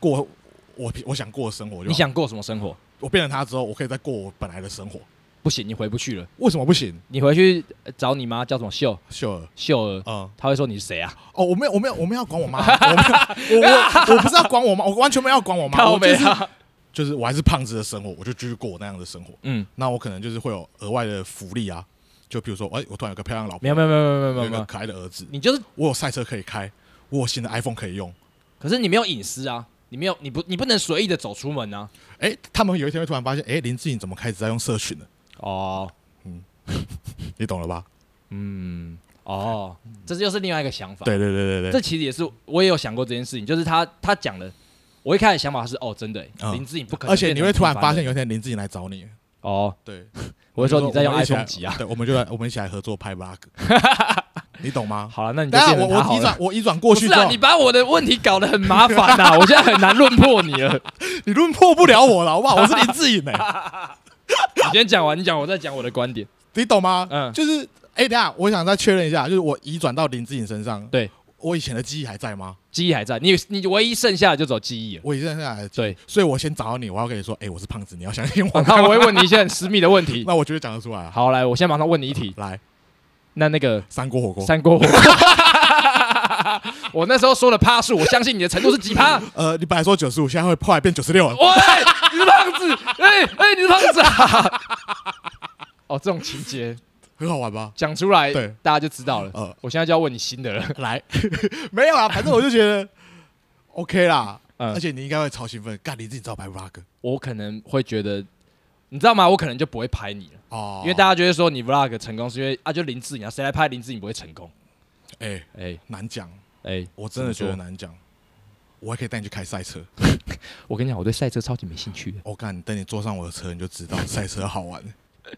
Speaker 2: 过我我想过的生活就好。
Speaker 1: 你想过什么生活？
Speaker 2: 我变成他之后，我可以再过我本来的生活，
Speaker 1: 不行，你回不去了。
Speaker 2: 为什么不行？
Speaker 1: 你回去呃找你妈叫什么秀
Speaker 2: 秀儿，
Speaker 1: 秀儿，
Speaker 2: 嗯，
Speaker 1: 她会说你是谁啊？
Speaker 2: 哦，我没有，我没有，我没有要管我妈，我没有我 我我不是要管我妈，我完全没有要管我妈，
Speaker 1: 靠
Speaker 2: 我就
Speaker 1: 北
Speaker 2: 是
Speaker 1: 啊，
Speaker 2: 就是我还是胖子的生活，我就继续过我那样的生活。
Speaker 1: 嗯，
Speaker 2: 那我可能就是会有额外的福利啊，就比如说，哎、我突然有个漂亮的老婆
Speaker 1: 没，有没有没有没有没
Speaker 2: 有
Speaker 1: 有
Speaker 2: 一
Speaker 1: 没
Speaker 2: 个
Speaker 1: 有，
Speaker 2: 可爱的儿子，
Speaker 1: 你就是
Speaker 2: 我有赛车可以开，我有新的 iPhone 可以用。
Speaker 1: 可是你没有隐私啊，你没有，你不，你不能随意的走出门啊。
Speaker 2: 哎、他们有一天会突然发现，哎、林志颖怎么开始在用社群了？
Speaker 1: 哦，
Speaker 2: 你懂了吧？
Speaker 1: 嗯，哦，这就是另外一个想法。，
Speaker 2: 对对对对
Speaker 1: 这
Speaker 2: 对，
Speaker 1: 其实也是我也有想过这件事情，就是他他讲的，我一开始想法是哦，真的欸、
Speaker 2: 嗯
Speaker 1: 林志颖不可能，
Speaker 2: 而且你会突然发现，有一天林志颖来找你，
Speaker 1: 哦，
Speaker 2: 对，
Speaker 1: 我会说你在用
Speaker 2: 我们一起来
Speaker 1: iPhone 几啊？
Speaker 2: 对，我们就来我们一起来合作拍 vlog，你懂吗？
Speaker 1: 好了，那你就
Speaker 2: 等一下
Speaker 1: 变成
Speaker 2: 我
Speaker 1: 他
Speaker 2: 我
Speaker 1: 好
Speaker 2: 移
Speaker 1: 了
Speaker 2: 转。我移转
Speaker 1: 不
Speaker 2: 过去
Speaker 1: 是
Speaker 2: 之
Speaker 1: 啊，
Speaker 2: 后
Speaker 1: 你，把我的问题搞得很麻烦呐、 我现在很难论破你了。
Speaker 2: 你论破不了我了，好不好？我是林志颖哎，
Speaker 1: 你先讲完，你讲，我再讲我的观点。
Speaker 2: 你懂吗？
Speaker 1: 嗯
Speaker 2: 就是哎、等一下我想再确认一下，就是我移转到林志颖身上，
Speaker 1: 对
Speaker 2: 我以前的记忆还在吗？
Speaker 1: 记忆还在，你你唯一剩下的就走记忆了。
Speaker 2: 我以前下来的记忆，
Speaker 1: 对，
Speaker 2: 所以我先找到你，我要跟你说，哎、我是胖子，你要相信我
Speaker 1: 然。哦后我会问你一些很私密的问题。
Speaker 2: 那我觉得讲得出来啊。
Speaker 1: 好，来，我现在马上问你一题。
Speaker 2: 来，
Speaker 1: 那那个
Speaker 2: 三锅火锅，
Speaker 1: 三锅火锅， 我那时候说的趴数，我相信你的程度是几 趴？
Speaker 2: 呃，你本来说九十五，现在会后来变九十六了。
Speaker 1: 喂，你是胖子，哎、哎、你是胖子啊！ 哦，这种情节
Speaker 2: 很好玩吧？
Speaker 1: 讲出来，
Speaker 2: 对
Speaker 1: 大家就知道了。
Speaker 2: 呃，
Speaker 1: 我现在就要问你新 的了，
Speaker 2: 来，没有啦，啊反正我就觉 得 OK 啦，
Speaker 1: 嗯
Speaker 2: 而且你应该会超兴奋，干你自己知道拍 vlog
Speaker 1: 我可能会觉得，你知道吗？我可能就不会拍你了，
Speaker 2: 哦，
Speaker 1: 因为大家就会说你 vlog 成功是因为啊，就林志颖啊，谁来拍林志颖不会成功？
Speaker 2: 哎、
Speaker 1: 哎、
Speaker 2: 难讲，
Speaker 1: 哎、
Speaker 2: 我真的
Speaker 1: 怎么
Speaker 2: 觉得
Speaker 1: 说
Speaker 2: 难讲。我还可以带你去开赛车，
Speaker 1: 我跟你讲，我对赛车超级没兴趣的。
Speaker 2: 我、干，等你坐上我的车，你就知道赛车好玩。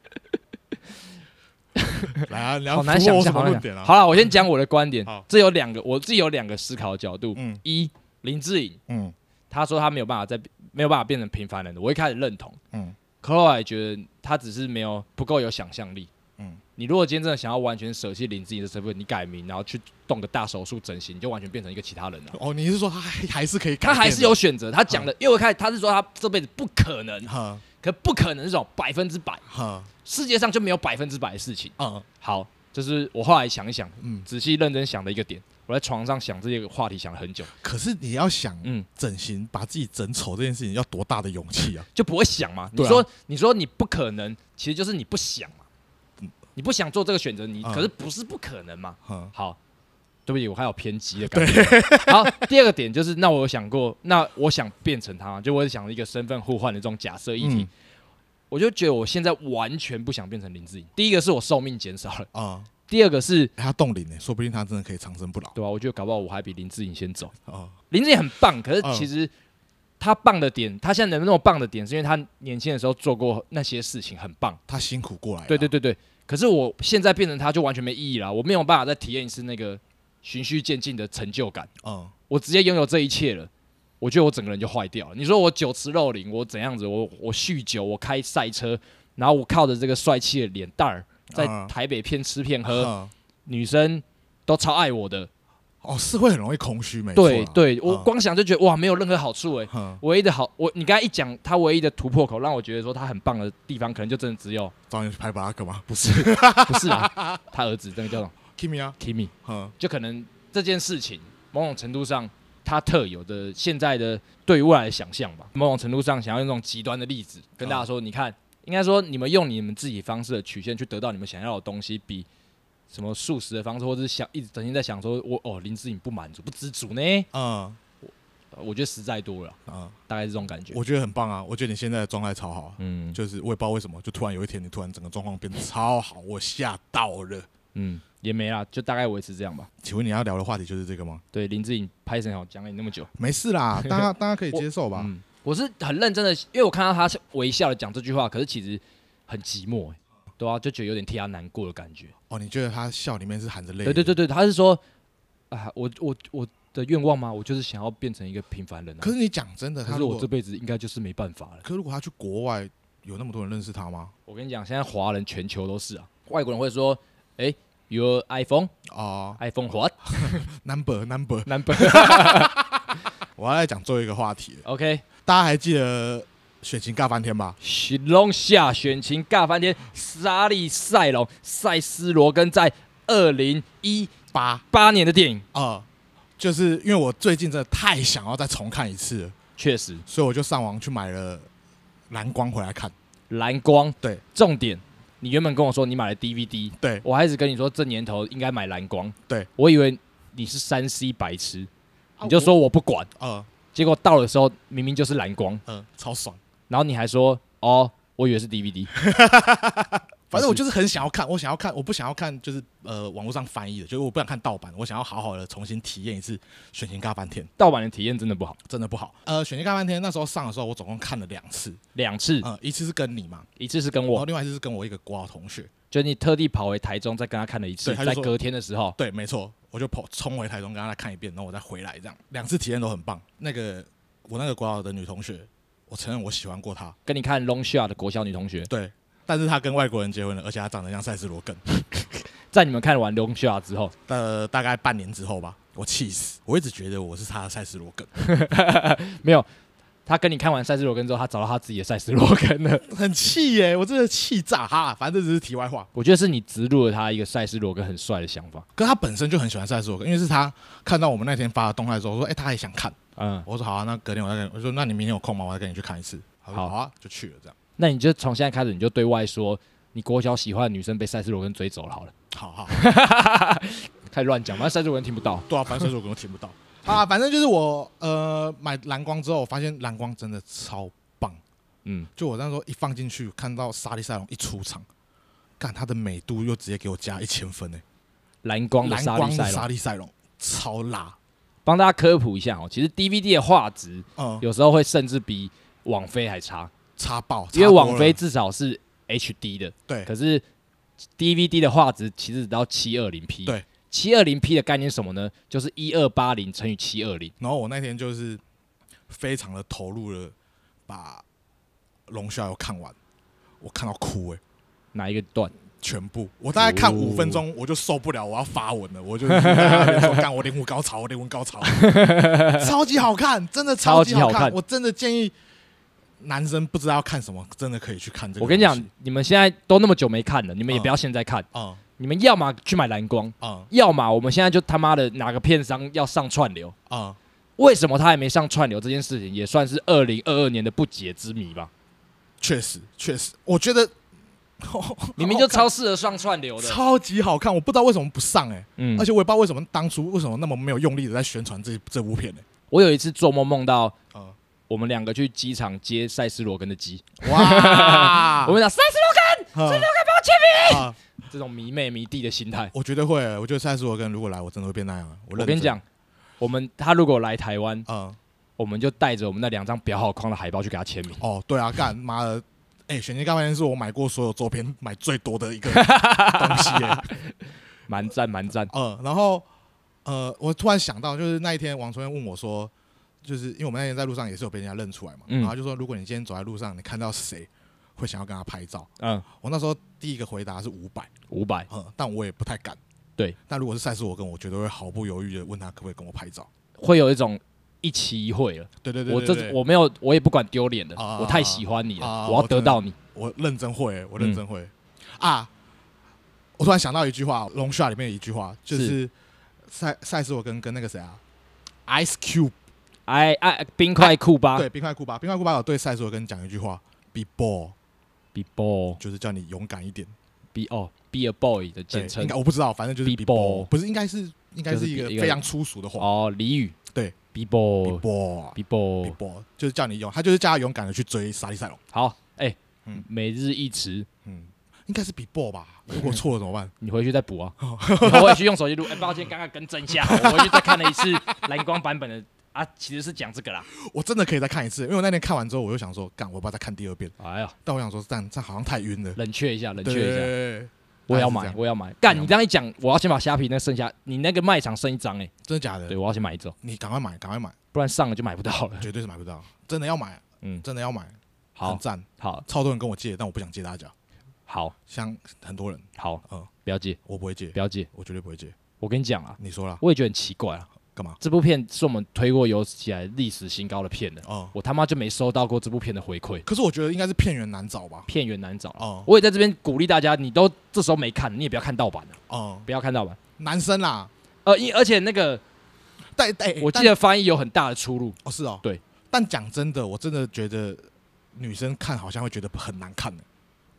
Speaker 2: 来啊，你要
Speaker 1: 好难
Speaker 2: 突破
Speaker 1: 想
Speaker 2: 我
Speaker 1: 象，
Speaker 2: 什
Speaker 1: 好
Speaker 2: 么
Speaker 1: 难
Speaker 2: 论
Speaker 1: 想
Speaker 2: 点
Speaker 1: 象。
Speaker 2: 啊？
Speaker 1: 好了，我先讲我的观点
Speaker 2: 好。
Speaker 1: 这有两个，我自己有两个思考角度。
Speaker 2: 嗯
Speaker 1: 一，林志颖
Speaker 2: 嗯
Speaker 1: 他说他没有办法再没有办法变成平凡人的，我一开始认同，
Speaker 2: 嗯
Speaker 1: 可后来觉得他只是没有不够有想象力。
Speaker 2: 嗯
Speaker 1: 你如果今天真的想要完全舍弃林志颖的身份，你改名，然后去动个大手术整形，你就完全变成一个其他人了。
Speaker 2: 哦，你是说他还还是可以改
Speaker 1: 他
Speaker 2: 变的？嗯
Speaker 1: 还是有选择，他讲的，因为我一开始他是说他这辈子不可能，
Speaker 2: 哈
Speaker 1: 可不可能这种百分之百，
Speaker 2: 哈
Speaker 1: 世界上就没有百分之百的事情。
Speaker 2: 嗯
Speaker 1: 好，这是我后来想一想，
Speaker 2: 嗯。
Speaker 1: 仔细认真想的一个点。我在床上想这个话题想了很久，
Speaker 2: 可是你要想，
Speaker 1: 嗯，
Speaker 2: 整形把自己整丑这件事情要多大的勇气 啊？
Speaker 1: 就不会想嘛。你
Speaker 2: 对啊
Speaker 1: 说，你说你不可能，其实就是你不想嘛。你不想做这个选择，你
Speaker 2: 嗯
Speaker 1: 可是不是不可能嘛？
Speaker 2: 哈，
Speaker 1: 好，对不起，我还有偏激的感觉。 好，第二个点就是，那我有想过，那我想变成他吗，就我想一个身份互换的这种假设议题，
Speaker 2: 嗯
Speaker 1: 我就觉得我现在完全不想变成林志颖。第一个是我寿命减少了，
Speaker 2: 啊，
Speaker 1: 第二个是，
Speaker 2: 他冻龄呢，说不定他真的可以长生不老
Speaker 1: 对吧、啊我觉得搞不好我还比林志颖先走。
Speaker 2: 啊。
Speaker 1: 林志颖很棒，可是
Speaker 2: 嗯
Speaker 1: 其实他棒的点，他现在能那么棒的点，是因为他年轻的时候做过那些事情，很棒。
Speaker 2: 他辛苦过来啊了，
Speaker 1: 对对对对，可是我现在变成他就完全没意义了，我没有办法再体验一次那个循序渐进的成就感，
Speaker 2: 嗯，
Speaker 1: 我直接拥有这一切了。我觉得我整个人就坏掉了。你说我酒池肉林，我怎样子？我我酗酒，我开赛车，然后我靠着这个帅气的脸蛋儿，在
Speaker 2: 嗯
Speaker 1: 台北骗吃骗喝，
Speaker 2: 嗯
Speaker 1: 女生都超爱我的。
Speaker 2: 哦，是会很容易空虚，没错
Speaker 1: 对
Speaker 2: 啦。
Speaker 1: 对，我
Speaker 2: 嗯
Speaker 1: 光想就觉得哇，没有任何好处哎、
Speaker 2: 嗯
Speaker 1: 唯一的好，我你刚才一讲他唯一的突破口，让我觉得说他很棒的地方，可能就真的只有
Speaker 2: 找你去拍 vlog 吗
Speaker 1: 不是不是啊，他儿子那个叫什么
Speaker 2: ？Kimi 啊，
Speaker 1: Kimi，
Speaker 2: 嗯
Speaker 1: 就可能这件事情某种程度上他特有的现在的对于未来的想象吧，某种程度上想要用这种极端的例子跟大家说，你看，应该说你们用你们自己方式的曲线去得到你们想要的东西，比什么素食的方式，或者是想一直整天在想说我哦林志颖不满足不知足呢，
Speaker 2: 嗯
Speaker 1: 我觉得实在多了，
Speaker 2: 嗯，
Speaker 1: 大概是这种感觉。
Speaker 2: 我觉得很棒啊，我觉得你现在的状态超好啊，
Speaker 1: 嗯
Speaker 2: 就是我也不知道为什么，就突然有一天你突然整个状况变得超好，我吓到了。
Speaker 1: 嗯，也没啦，就大概维持这样吧。
Speaker 2: 请问你要聊的话题就是这个吗？
Speaker 1: 对，林志颖拍成好讲了你那么久，
Speaker 2: 没 事啦，大家大家可以接受吧。
Speaker 1: 嗯，我是很认真的，因为我看到他微笑的讲这句话，可是其实很寂寞、欸，对啊，就觉得有点替他难过的感觉。
Speaker 2: 哦，你觉得他笑里面是含着泪？
Speaker 1: 对对对。对，他是说，啊，我我我的愿望吗？我就是想要变成一个平凡人、啊。
Speaker 2: 可是你讲真的，
Speaker 1: 可
Speaker 2: 他
Speaker 1: 是
Speaker 2: 如
Speaker 1: 我
Speaker 2: 果
Speaker 1: 这辈子应该就是没办法了。
Speaker 2: 可是如果他去国外，有那么多人认识他吗？
Speaker 1: 我跟你讲，现在华人全球都是啊，外国人会说，哎、y o u r iPhone
Speaker 2: 哦
Speaker 1: iPhone what
Speaker 2: ，number number，
Speaker 1: number
Speaker 2: 我要来讲最后一个话题了。
Speaker 1: OK，
Speaker 2: 大家还记得选情尬翻天吧？
Speaker 1: 许龙下选情尬翻天，沙利塞隆塞斯罗根在二零一
Speaker 2: 八
Speaker 1: 八年的电影，
Speaker 2: 啊、就是因为我最近真的太想要再重看一次了，
Speaker 1: 确实
Speaker 2: 所以我就上网去买了蓝光回来看。
Speaker 1: 蓝光
Speaker 2: 对，
Speaker 1: 重点。你原本跟我说你买了 DVD，
Speaker 2: 对
Speaker 1: 我还一直跟你说这年头应该买蓝光，
Speaker 2: 对
Speaker 1: 我以为你是三 C 白痴，
Speaker 2: 哦
Speaker 1: 你就说我不管，
Speaker 2: 呃
Speaker 1: 结果到的时候明明就是蓝光，
Speaker 2: 呃，超爽。
Speaker 1: 然后你还说哦，我以为是 DVD，
Speaker 2: 反正我就是很想要看，我想要看，我不想要看，就是呃网络上翻译的，就是我不想看盗版，我想要好好的重新体验一次《选情尬翻天》，
Speaker 1: 盗版的体验真的不好，
Speaker 2: 真的不好。呃，《选情尬翻天》那时候上的时候，我总共看了两次，
Speaker 1: 两次，
Speaker 2: 呃，一次是跟你嘛，
Speaker 1: 一次是跟
Speaker 2: 然
Speaker 1: 我
Speaker 2: 后，另外一次是跟我一个国好同学。
Speaker 1: 就你特地跑回台中再跟他看了一次，
Speaker 2: 对他就
Speaker 1: 在
Speaker 2: 说
Speaker 1: 隔天的时候，
Speaker 2: 对，没错，我就跑冲回台中，跟他看一遍，然后我再回来，这样两次体验都很棒。那个我那个国小的女同学，我承认我喜欢过她，
Speaker 1: 跟你看 Long Shot 的国小女同学，
Speaker 2: 对，但是她跟外国人结婚了，而且她长得像塞斯罗根。
Speaker 1: 在你们看完 Long Shot 之后，
Speaker 2: 呃，大概半年之后吧，我气死，我一直觉得我是她的塞斯罗根。
Speaker 1: 没有他跟你看完赛斯罗根之后，他找到他自己的赛斯罗根了。
Speaker 2: 很气耶、我真的气炸哈！反正这只是题外话，
Speaker 1: 我觉得是你植入了他一个赛斯罗根很帅的想法。
Speaker 2: 可他本身就很喜欢赛斯罗根，因为是他看到我们那天发的动态之后说，哎、他也想看。
Speaker 1: 嗯，
Speaker 2: 我说好啊，那隔天我再跟你，我说那你明天有空吗？我再跟你去看一次。他说
Speaker 1: 好
Speaker 2: 好啊，就去了这样。
Speaker 1: 那你就从现在开始，你就对外说你国小喜欢的女生被赛斯罗根追走了，好了，
Speaker 2: 好好，
Speaker 1: 开始乱讲，反正赛斯罗根听不到。
Speaker 2: 对啊，反正赛斯罗根我听不 到啊。反正就是我呃买蓝光之后，我发现蓝光真的超棒。
Speaker 1: 嗯，
Speaker 2: 就我那时候一放进去，看到沙利塞隆一出场，干他的美度又直接给我加一千分呢、
Speaker 1: 蓝光的
Speaker 2: 蓝
Speaker 1: 沙
Speaker 2: 光
Speaker 1: 利
Speaker 2: 的
Speaker 1: 赛
Speaker 2: 沙
Speaker 1: 龙，
Speaker 2: 利塞隆超辣，
Speaker 1: 帮大家科普一下哦，其实 DVD 的画质
Speaker 2: 嗯，
Speaker 1: 有时候会甚至比网飞还差，
Speaker 2: 插爆，
Speaker 1: 因为
Speaker 2: 插多
Speaker 1: 网飞
Speaker 2: 了
Speaker 1: 至少是 HD 的，
Speaker 2: 对
Speaker 1: 可是 DVD 的画质其实只到七二零 P。
Speaker 2: 对，
Speaker 1: 七二零 P 的概念是什么呢？就是一二八零乘以七二零。
Speaker 2: 然后我那天就是非常的投入了，把《龙虾游》看完，我看到哭哎、
Speaker 1: 哪一个段？
Speaker 2: 全部我大概看
Speaker 1: 哦
Speaker 2: 五分钟，我就受不了，我要发文了，我就在那边说干我灵魂高潮，我灵魂 高潮，超级好看，真的超级
Speaker 1: 超级好
Speaker 2: 看，
Speaker 1: 看
Speaker 2: 我真的建议男生不知道要看什么，真的可以去看这个。
Speaker 1: 我跟你讲，，你们现在都那么久没看了，你们也
Speaker 2: 嗯
Speaker 1: 不要现在看，
Speaker 2: 嗯
Speaker 1: 你们要么去买蓝光，
Speaker 2: 嗯
Speaker 1: 要么我们现在就他妈的哪个片商要上串流。
Speaker 2: 嗯，
Speaker 1: 为什么他还没上串流这件事情，也算是二零二二年的不解之谜 吧。
Speaker 2: 确实确实，我觉得
Speaker 1: 明明就超适合上串流的，
Speaker 2: 超级好看，我不知道为什么不上哎、
Speaker 1: 嗯
Speaker 2: 而且我也不知道为什么当初为什么那么没有用力的在宣传这这部 片呢、欸
Speaker 1: 我有一次做梦梦到
Speaker 2: 啊
Speaker 1: 我们两个去机场接赛斯罗根的鸡，
Speaker 2: 哇啊嗯
Speaker 1: 我们讲赛斯
Speaker 2: 这六个标签啊，
Speaker 1: 罗这种迷妹迷弟的心态。
Speaker 2: 我觉得会，我觉得赛斯罗根如果来，我真的会变那样。啊我
Speaker 1: 我
Speaker 2: 认
Speaker 1: 跟你
Speaker 2: 真，
Speaker 1: 讲，我们他如果来台湾，
Speaker 2: 嗯，
Speaker 1: 我们就带着我们那两张裱好框的海报去给他签名。
Speaker 2: 哦，对 啊，干妈的，哎，选金干饭店是我买过所有周边买最多的 一个东西耶。
Speaker 1: 蛮赞蛮赞，
Speaker 2: 嗯，然后呃，我突然想到，就是那一天王春燕问我说，就是因为我们那天在路上也是有被人家认出来嘛，
Speaker 1: 嗯
Speaker 2: 然后他就说，如果你今天走在路上，你看到谁会想要跟他拍照？
Speaker 1: 嗯，
Speaker 2: 我那时候第一个回答是五百。
Speaker 1: 五百，
Speaker 2: 嗯，但我也不太敢。
Speaker 1: 对，
Speaker 2: 但如果是赛事，我跟我绝对会毫不犹豫的问他可不可以跟我拍照。
Speaker 1: 会有一种一期一会了。
Speaker 2: 对对对
Speaker 1: 我
Speaker 2: 对
Speaker 1: 这
Speaker 2: 对
Speaker 1: 我没有，我也不管丢脸的，
Speaker 2: 啊
Speaker 1: 我太喜欢你
Speaker 2: 啊
Speaker 1: 了，我要得到你。
Speaker 2: 我认真会、我认真会、
Speaker 1: 嗯
Speaker 2: 啊！我突然想到一句话，《龙虾》里面有一句话，就是赛赛事我跟跟那个谁啊，Ice Cube，、
Speaker 1: 哎哎，冰块库巴
Speaker 2: 对，冰块库巴，冰块库巴有对赛事我跟讲一句话，Be bold，
Speaker 1: ，be boy
Speaker 2: 就是叫你勇敢一点。
Speaker 1: be 哦 be a boy 的
Speaker 2: 对
Speaker 1: 简，称
Speaker 2: 应该我不知道，反正就是
Speaker 1: Be
Speaker 2: Be bold，
Speaker 1: bold
Speaker 2: 不是应该是应该
Speaker 1: 就是
Speaker 2: 是一个
Speaker 1: 一个
Speaker 2: 非常粗俗的话
Speaker 1: 哦，俚语
Speaker 2: 对
Speaker 1: ，be
Speaker 2: ，Be
Speaker 1: boy be
Speaker 2: bold，Be
Speaker 1: boy，
Speaker 2: bold，就是叫你勇，他就是叫他勇敢的去追沙利赛龙。
Speaker 1: 好，哎
Speaker 2: 嗯，
Speaker 1: 每日一词，
Speaker 2: 嗯，应该是 Be bold 吧？如
Speaker 1: 嗯
Speaker 2: 果错了怎么办？
Speaker 1: 你回去再补啊，
Speaker 2: 哦
Speaker 1: 我回去用手机录。哎，抱歉，刚刚更正 一下，我回去再看了一次蓝光版本的啊，其实是讲这个啦。
Speaker 2: 我真的可以再看一次，因为我那天看完之后，我就想说，干，我要不要再看第二遍？
Speaker 1: 哎呀，
Speaker 2: 但我想说，这样这样好像太晕了。
Speaker 1: 冷却一下，冷
Speaker 2: 对
Speaker 1: 却一下。
Speaker 2: 下，
Speaker 1: 我也要
Speaker 2: 大概
Speaker 1: 买
Speaker 2: 是，这样
Speaker 1: 我也要买。干，
Speaker 2: 嗯
Speaker 1: 你这样一讲，我要先把虾皮那剩下，你那个卖场剩一张哎，
Speaker 2: 真的假
Speaker 1: 对
Speaker 2: 的？
Speaker 1: 我要先买一张，
Speaker 2: 你赶快买，赶快买，
Speaker 1: 不然上了就买不到 了。
Speaker 2: 绝对是买不到，真的要买，
Speaker 1: 嗯，
Speaker 2: 真的要买，很
Speaker 1: 好，
Speaker 2: 赞。
Speaker 1: 好，
Speaker 2: 超多人跟我借，但我不想借大家，
Speaker 1: 好，
Speaker 2: 像很多人，
Speaker 1: 好，
Speaker 2: 嗯
Speaker 1: 不要借，
Speaker 2: 我不会借
Speaker 1: 不，要借。
Speaker 2: 我绝对不会借。
Speaker 1: 我跟你讲啊，
Speaker 2: 你说啦，
Speaker 1: 我也觉得很奇怪啊，
Speaker 2: 干嘛？
Speaker 1: 这部片是我们推过有史以来历史新高的片了，
Speaker 2: 哦，
Speaker 1: 我他妈就没收到过这部片的回馈，
Speaker 2: 可是我觉得应该是片源难找吧？
Speaker 1: 片源难找啊。
Speaker 2: 哦
Speaker 1: 我也在这边鼓励大家，你都这时候没看，你也不要看盗版了，啊
Speaker 2: 哦，
Speaker 1: 不要看盗版。
Speaker 2: 男生啦，
Speaker 1: 呃，因而且那个，
Speaker 2: 但但
Speaker 1: 我
Speaker 2: 但
Speaker 1: 记得翻译有很大的出入。
Speaker 2: 哦是哦，
Speaker 1: 对。
Speaker 2: 但讲真的，我真的觉得女生看好像会觉得很难看的，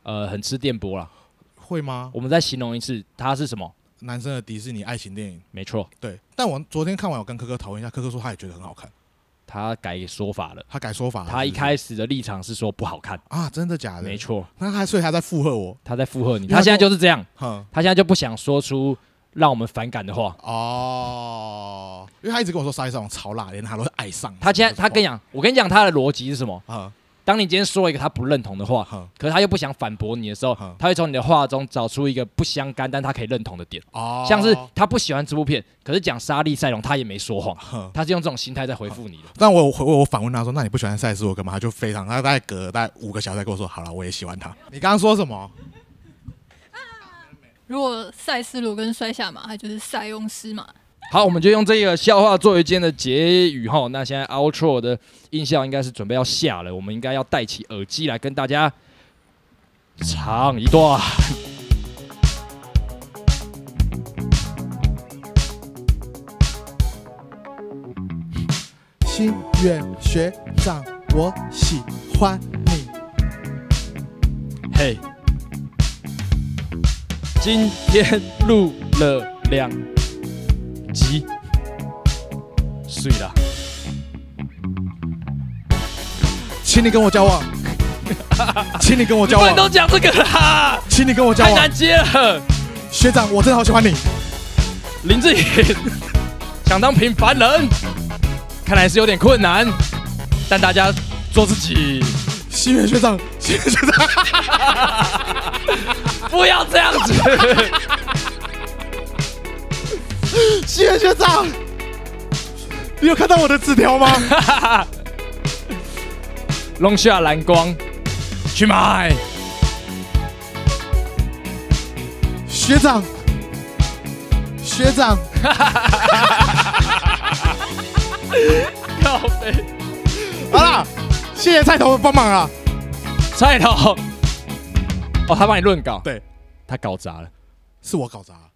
Speaker 1: 呃，很吃电波啦。
Speaker 2: 会吗？
Speaker 1: 我们再形容一次，它是什么？
Speaker 2: 男生的迪士尼爱情电影。
Speaker 1: 没错，
Speaker 2: 对，但我昨天看完，我跟科科讨论一下，科科说他也觉得很好看，
Speaker 1: 他改说法了。
Speaker 2: 他改说法了。
Speaker 1: 他一
Speaker 2: 啊是不是
Speaker 1: 开始的立场是说不好看，
Speaker 2: 啊，真的假的？
Speaker 1: 没，错，
Speaker 2: 那他所以他在附和我，
Speaker 1: 他在附和你。
Speaker 2: 因为他
Speaker 1: 他现在就是这样，
Speaker 2: 哼，
Speaker 1: 他现在就不想说出让我们反感的话。
Speaker 2: 哦，因为他一直跟我说沙溢上王超辣，连他都爱上。
Speaker 1: 他现在他跟你
Speaker 2: 你
Speaker 1: 讲，我跟你讲他的逻辑是什么？
Speaker 2: 啊
Speaker 1: 当你今天说了一个他不认同的话，
Speaker 2: 哼
Speaker 1: 可是他又不想反驳你的时候
Speaker 2: 嗯，
Speaker 1: 他会从你的话中找出一个不相干但他可以认同的点，
Speaker 2: 哦，
Speaker 1: 像是他不喜欢这部片，可是讲沙利塞隆他也没说谎，
Speaker 2: 哼。
Speaker 1: 他是用这种心态在回复你的。
Speaker 2: 但我我我反问他说：“那你不喜欢赛斯我干嘛？”他就非常，他大概隔了大概五个小时才跟我说：“好了，我也喜欢他。”你刚刚说什么？
Speaker 3: 如果塞斯罗根摔下马，他就是塞翁失马。
Speaker 1: 好，我们就用这个笑话作为今天的结语哈。那现在 outro 的音效应该是准备要下了，我们应该要戴起耳机来跟大家唱一段。
Speaker 3: 心远学长，我喜欢你。
Speaker 1: 嘿，今天录了两集，睡了。
Speaker 2: 请你跟我 交往，请你跟我交
Speaker 1: 不能都
Speaker 2: 往，
Speaker 1: 讲这个啦，
Speaker 2: 请你跟我交
Speaker 1: 太
Speaker 2: 往
Speaker 1: 难，接了。
Speaker 2: 学长，我真的好喜欢你。
Speaker 1: 林志颖 想当平凡人，看来是有点困难，但大家做自己，
Speaker 2: 西元学长，西元学长，
Speaker 1: 不要这样子。
Speaker 2: 西元学长，你有看到我的纸条吗？
Speaker 1: 龙下蓝光，去买。
Speaker 2: 学长，
Speaker 3: 学长，
Speaker 1: 靠背，
Speaker 2: 好啦，谢谢菜头帮忙啊。
Speaker 1: 菜头。哦，他帮你论稿，
Speaker 2: 对，
Speaker 1: 他搞砸了。
Speaker 2: 是我搞砸了。啊